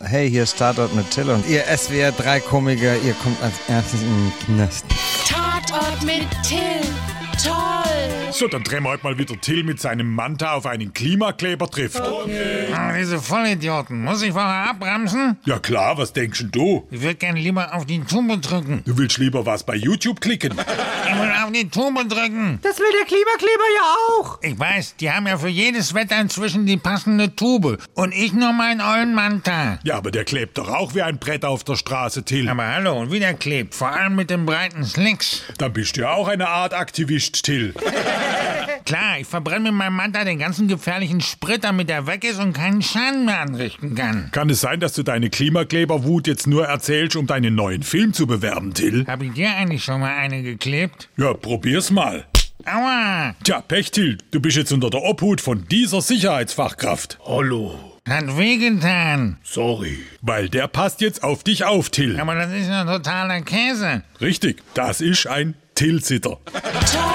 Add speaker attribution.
Speaker 1: hey, hier ist Tatort mit Till und ihr SWR3-Komiker, ihr kommt als erstes in den Knast.
Speaker 2: Tatort mit Till. Toll.
Speaker 3: So, dann drehen wir heute mal wieder Till mit seinem Manta auf einen Klimakleber trifft.
Speaker 4: Ah, diese Vollidioten. Muss ich vorher abbremsen?
Speaker 3: Ja klar, was denkst denn du?
Speaker 4: Ich würde gerne lieber auf die Tube drücken.
Speaker 3: Du willst lieber was bei YouTube klicken?
Speaker 4: Ich will auf die Tube drücken.
Speaker 5: Das will der Klimakleber ja auch.
Speaker 4: Ich weiß, die haben ja für jedes Wetter inzwischen die passende Tube. Und ich nur meinen ollen Manta.
Speaker 3: Ja, aber der klebt doch auch wie ein Brett auf der Straße, Till.
Speaker 4: Aber hallo, und wieder klebt. Vor allem mit den breiten Slicks.
Speaker 3: Dann bist du ja auch eine Art Aktivist, Till.
Speaker 4: Klar, ich verbrenne mit meinem Manta den ganzen gefährlichen Sprit, damit er weg ist und keinen Schaden mehr anrichten kann.
Speaker 3: Kann es sein, dass du deine Klimakleberwut jetzt nur erzählst, um deinen neuen Film zu bewerben, Till?
Speaker 4: Hab ich dir eigentlich schon mal eine geklebt?
Speaker 3: Ja, probier's mal.
Speaker 4: Aua!
Speaker 3: Tja, Pech, Till, du bist jetzt unter der Obhut von dieser Sicherheitsfachkraft.
Speaker 6: Hallo,
Speaker 4: Hat wehgetan.
Speaker 6: sorry.
Speaker 3: Weil der passt jetzt auf dich auf, Till.
Speaker 4: Aber das ist ja totaler Käse.
Speaker 3: Richtig, das ist ein Till-Sitter.
Speaker 2: Toll.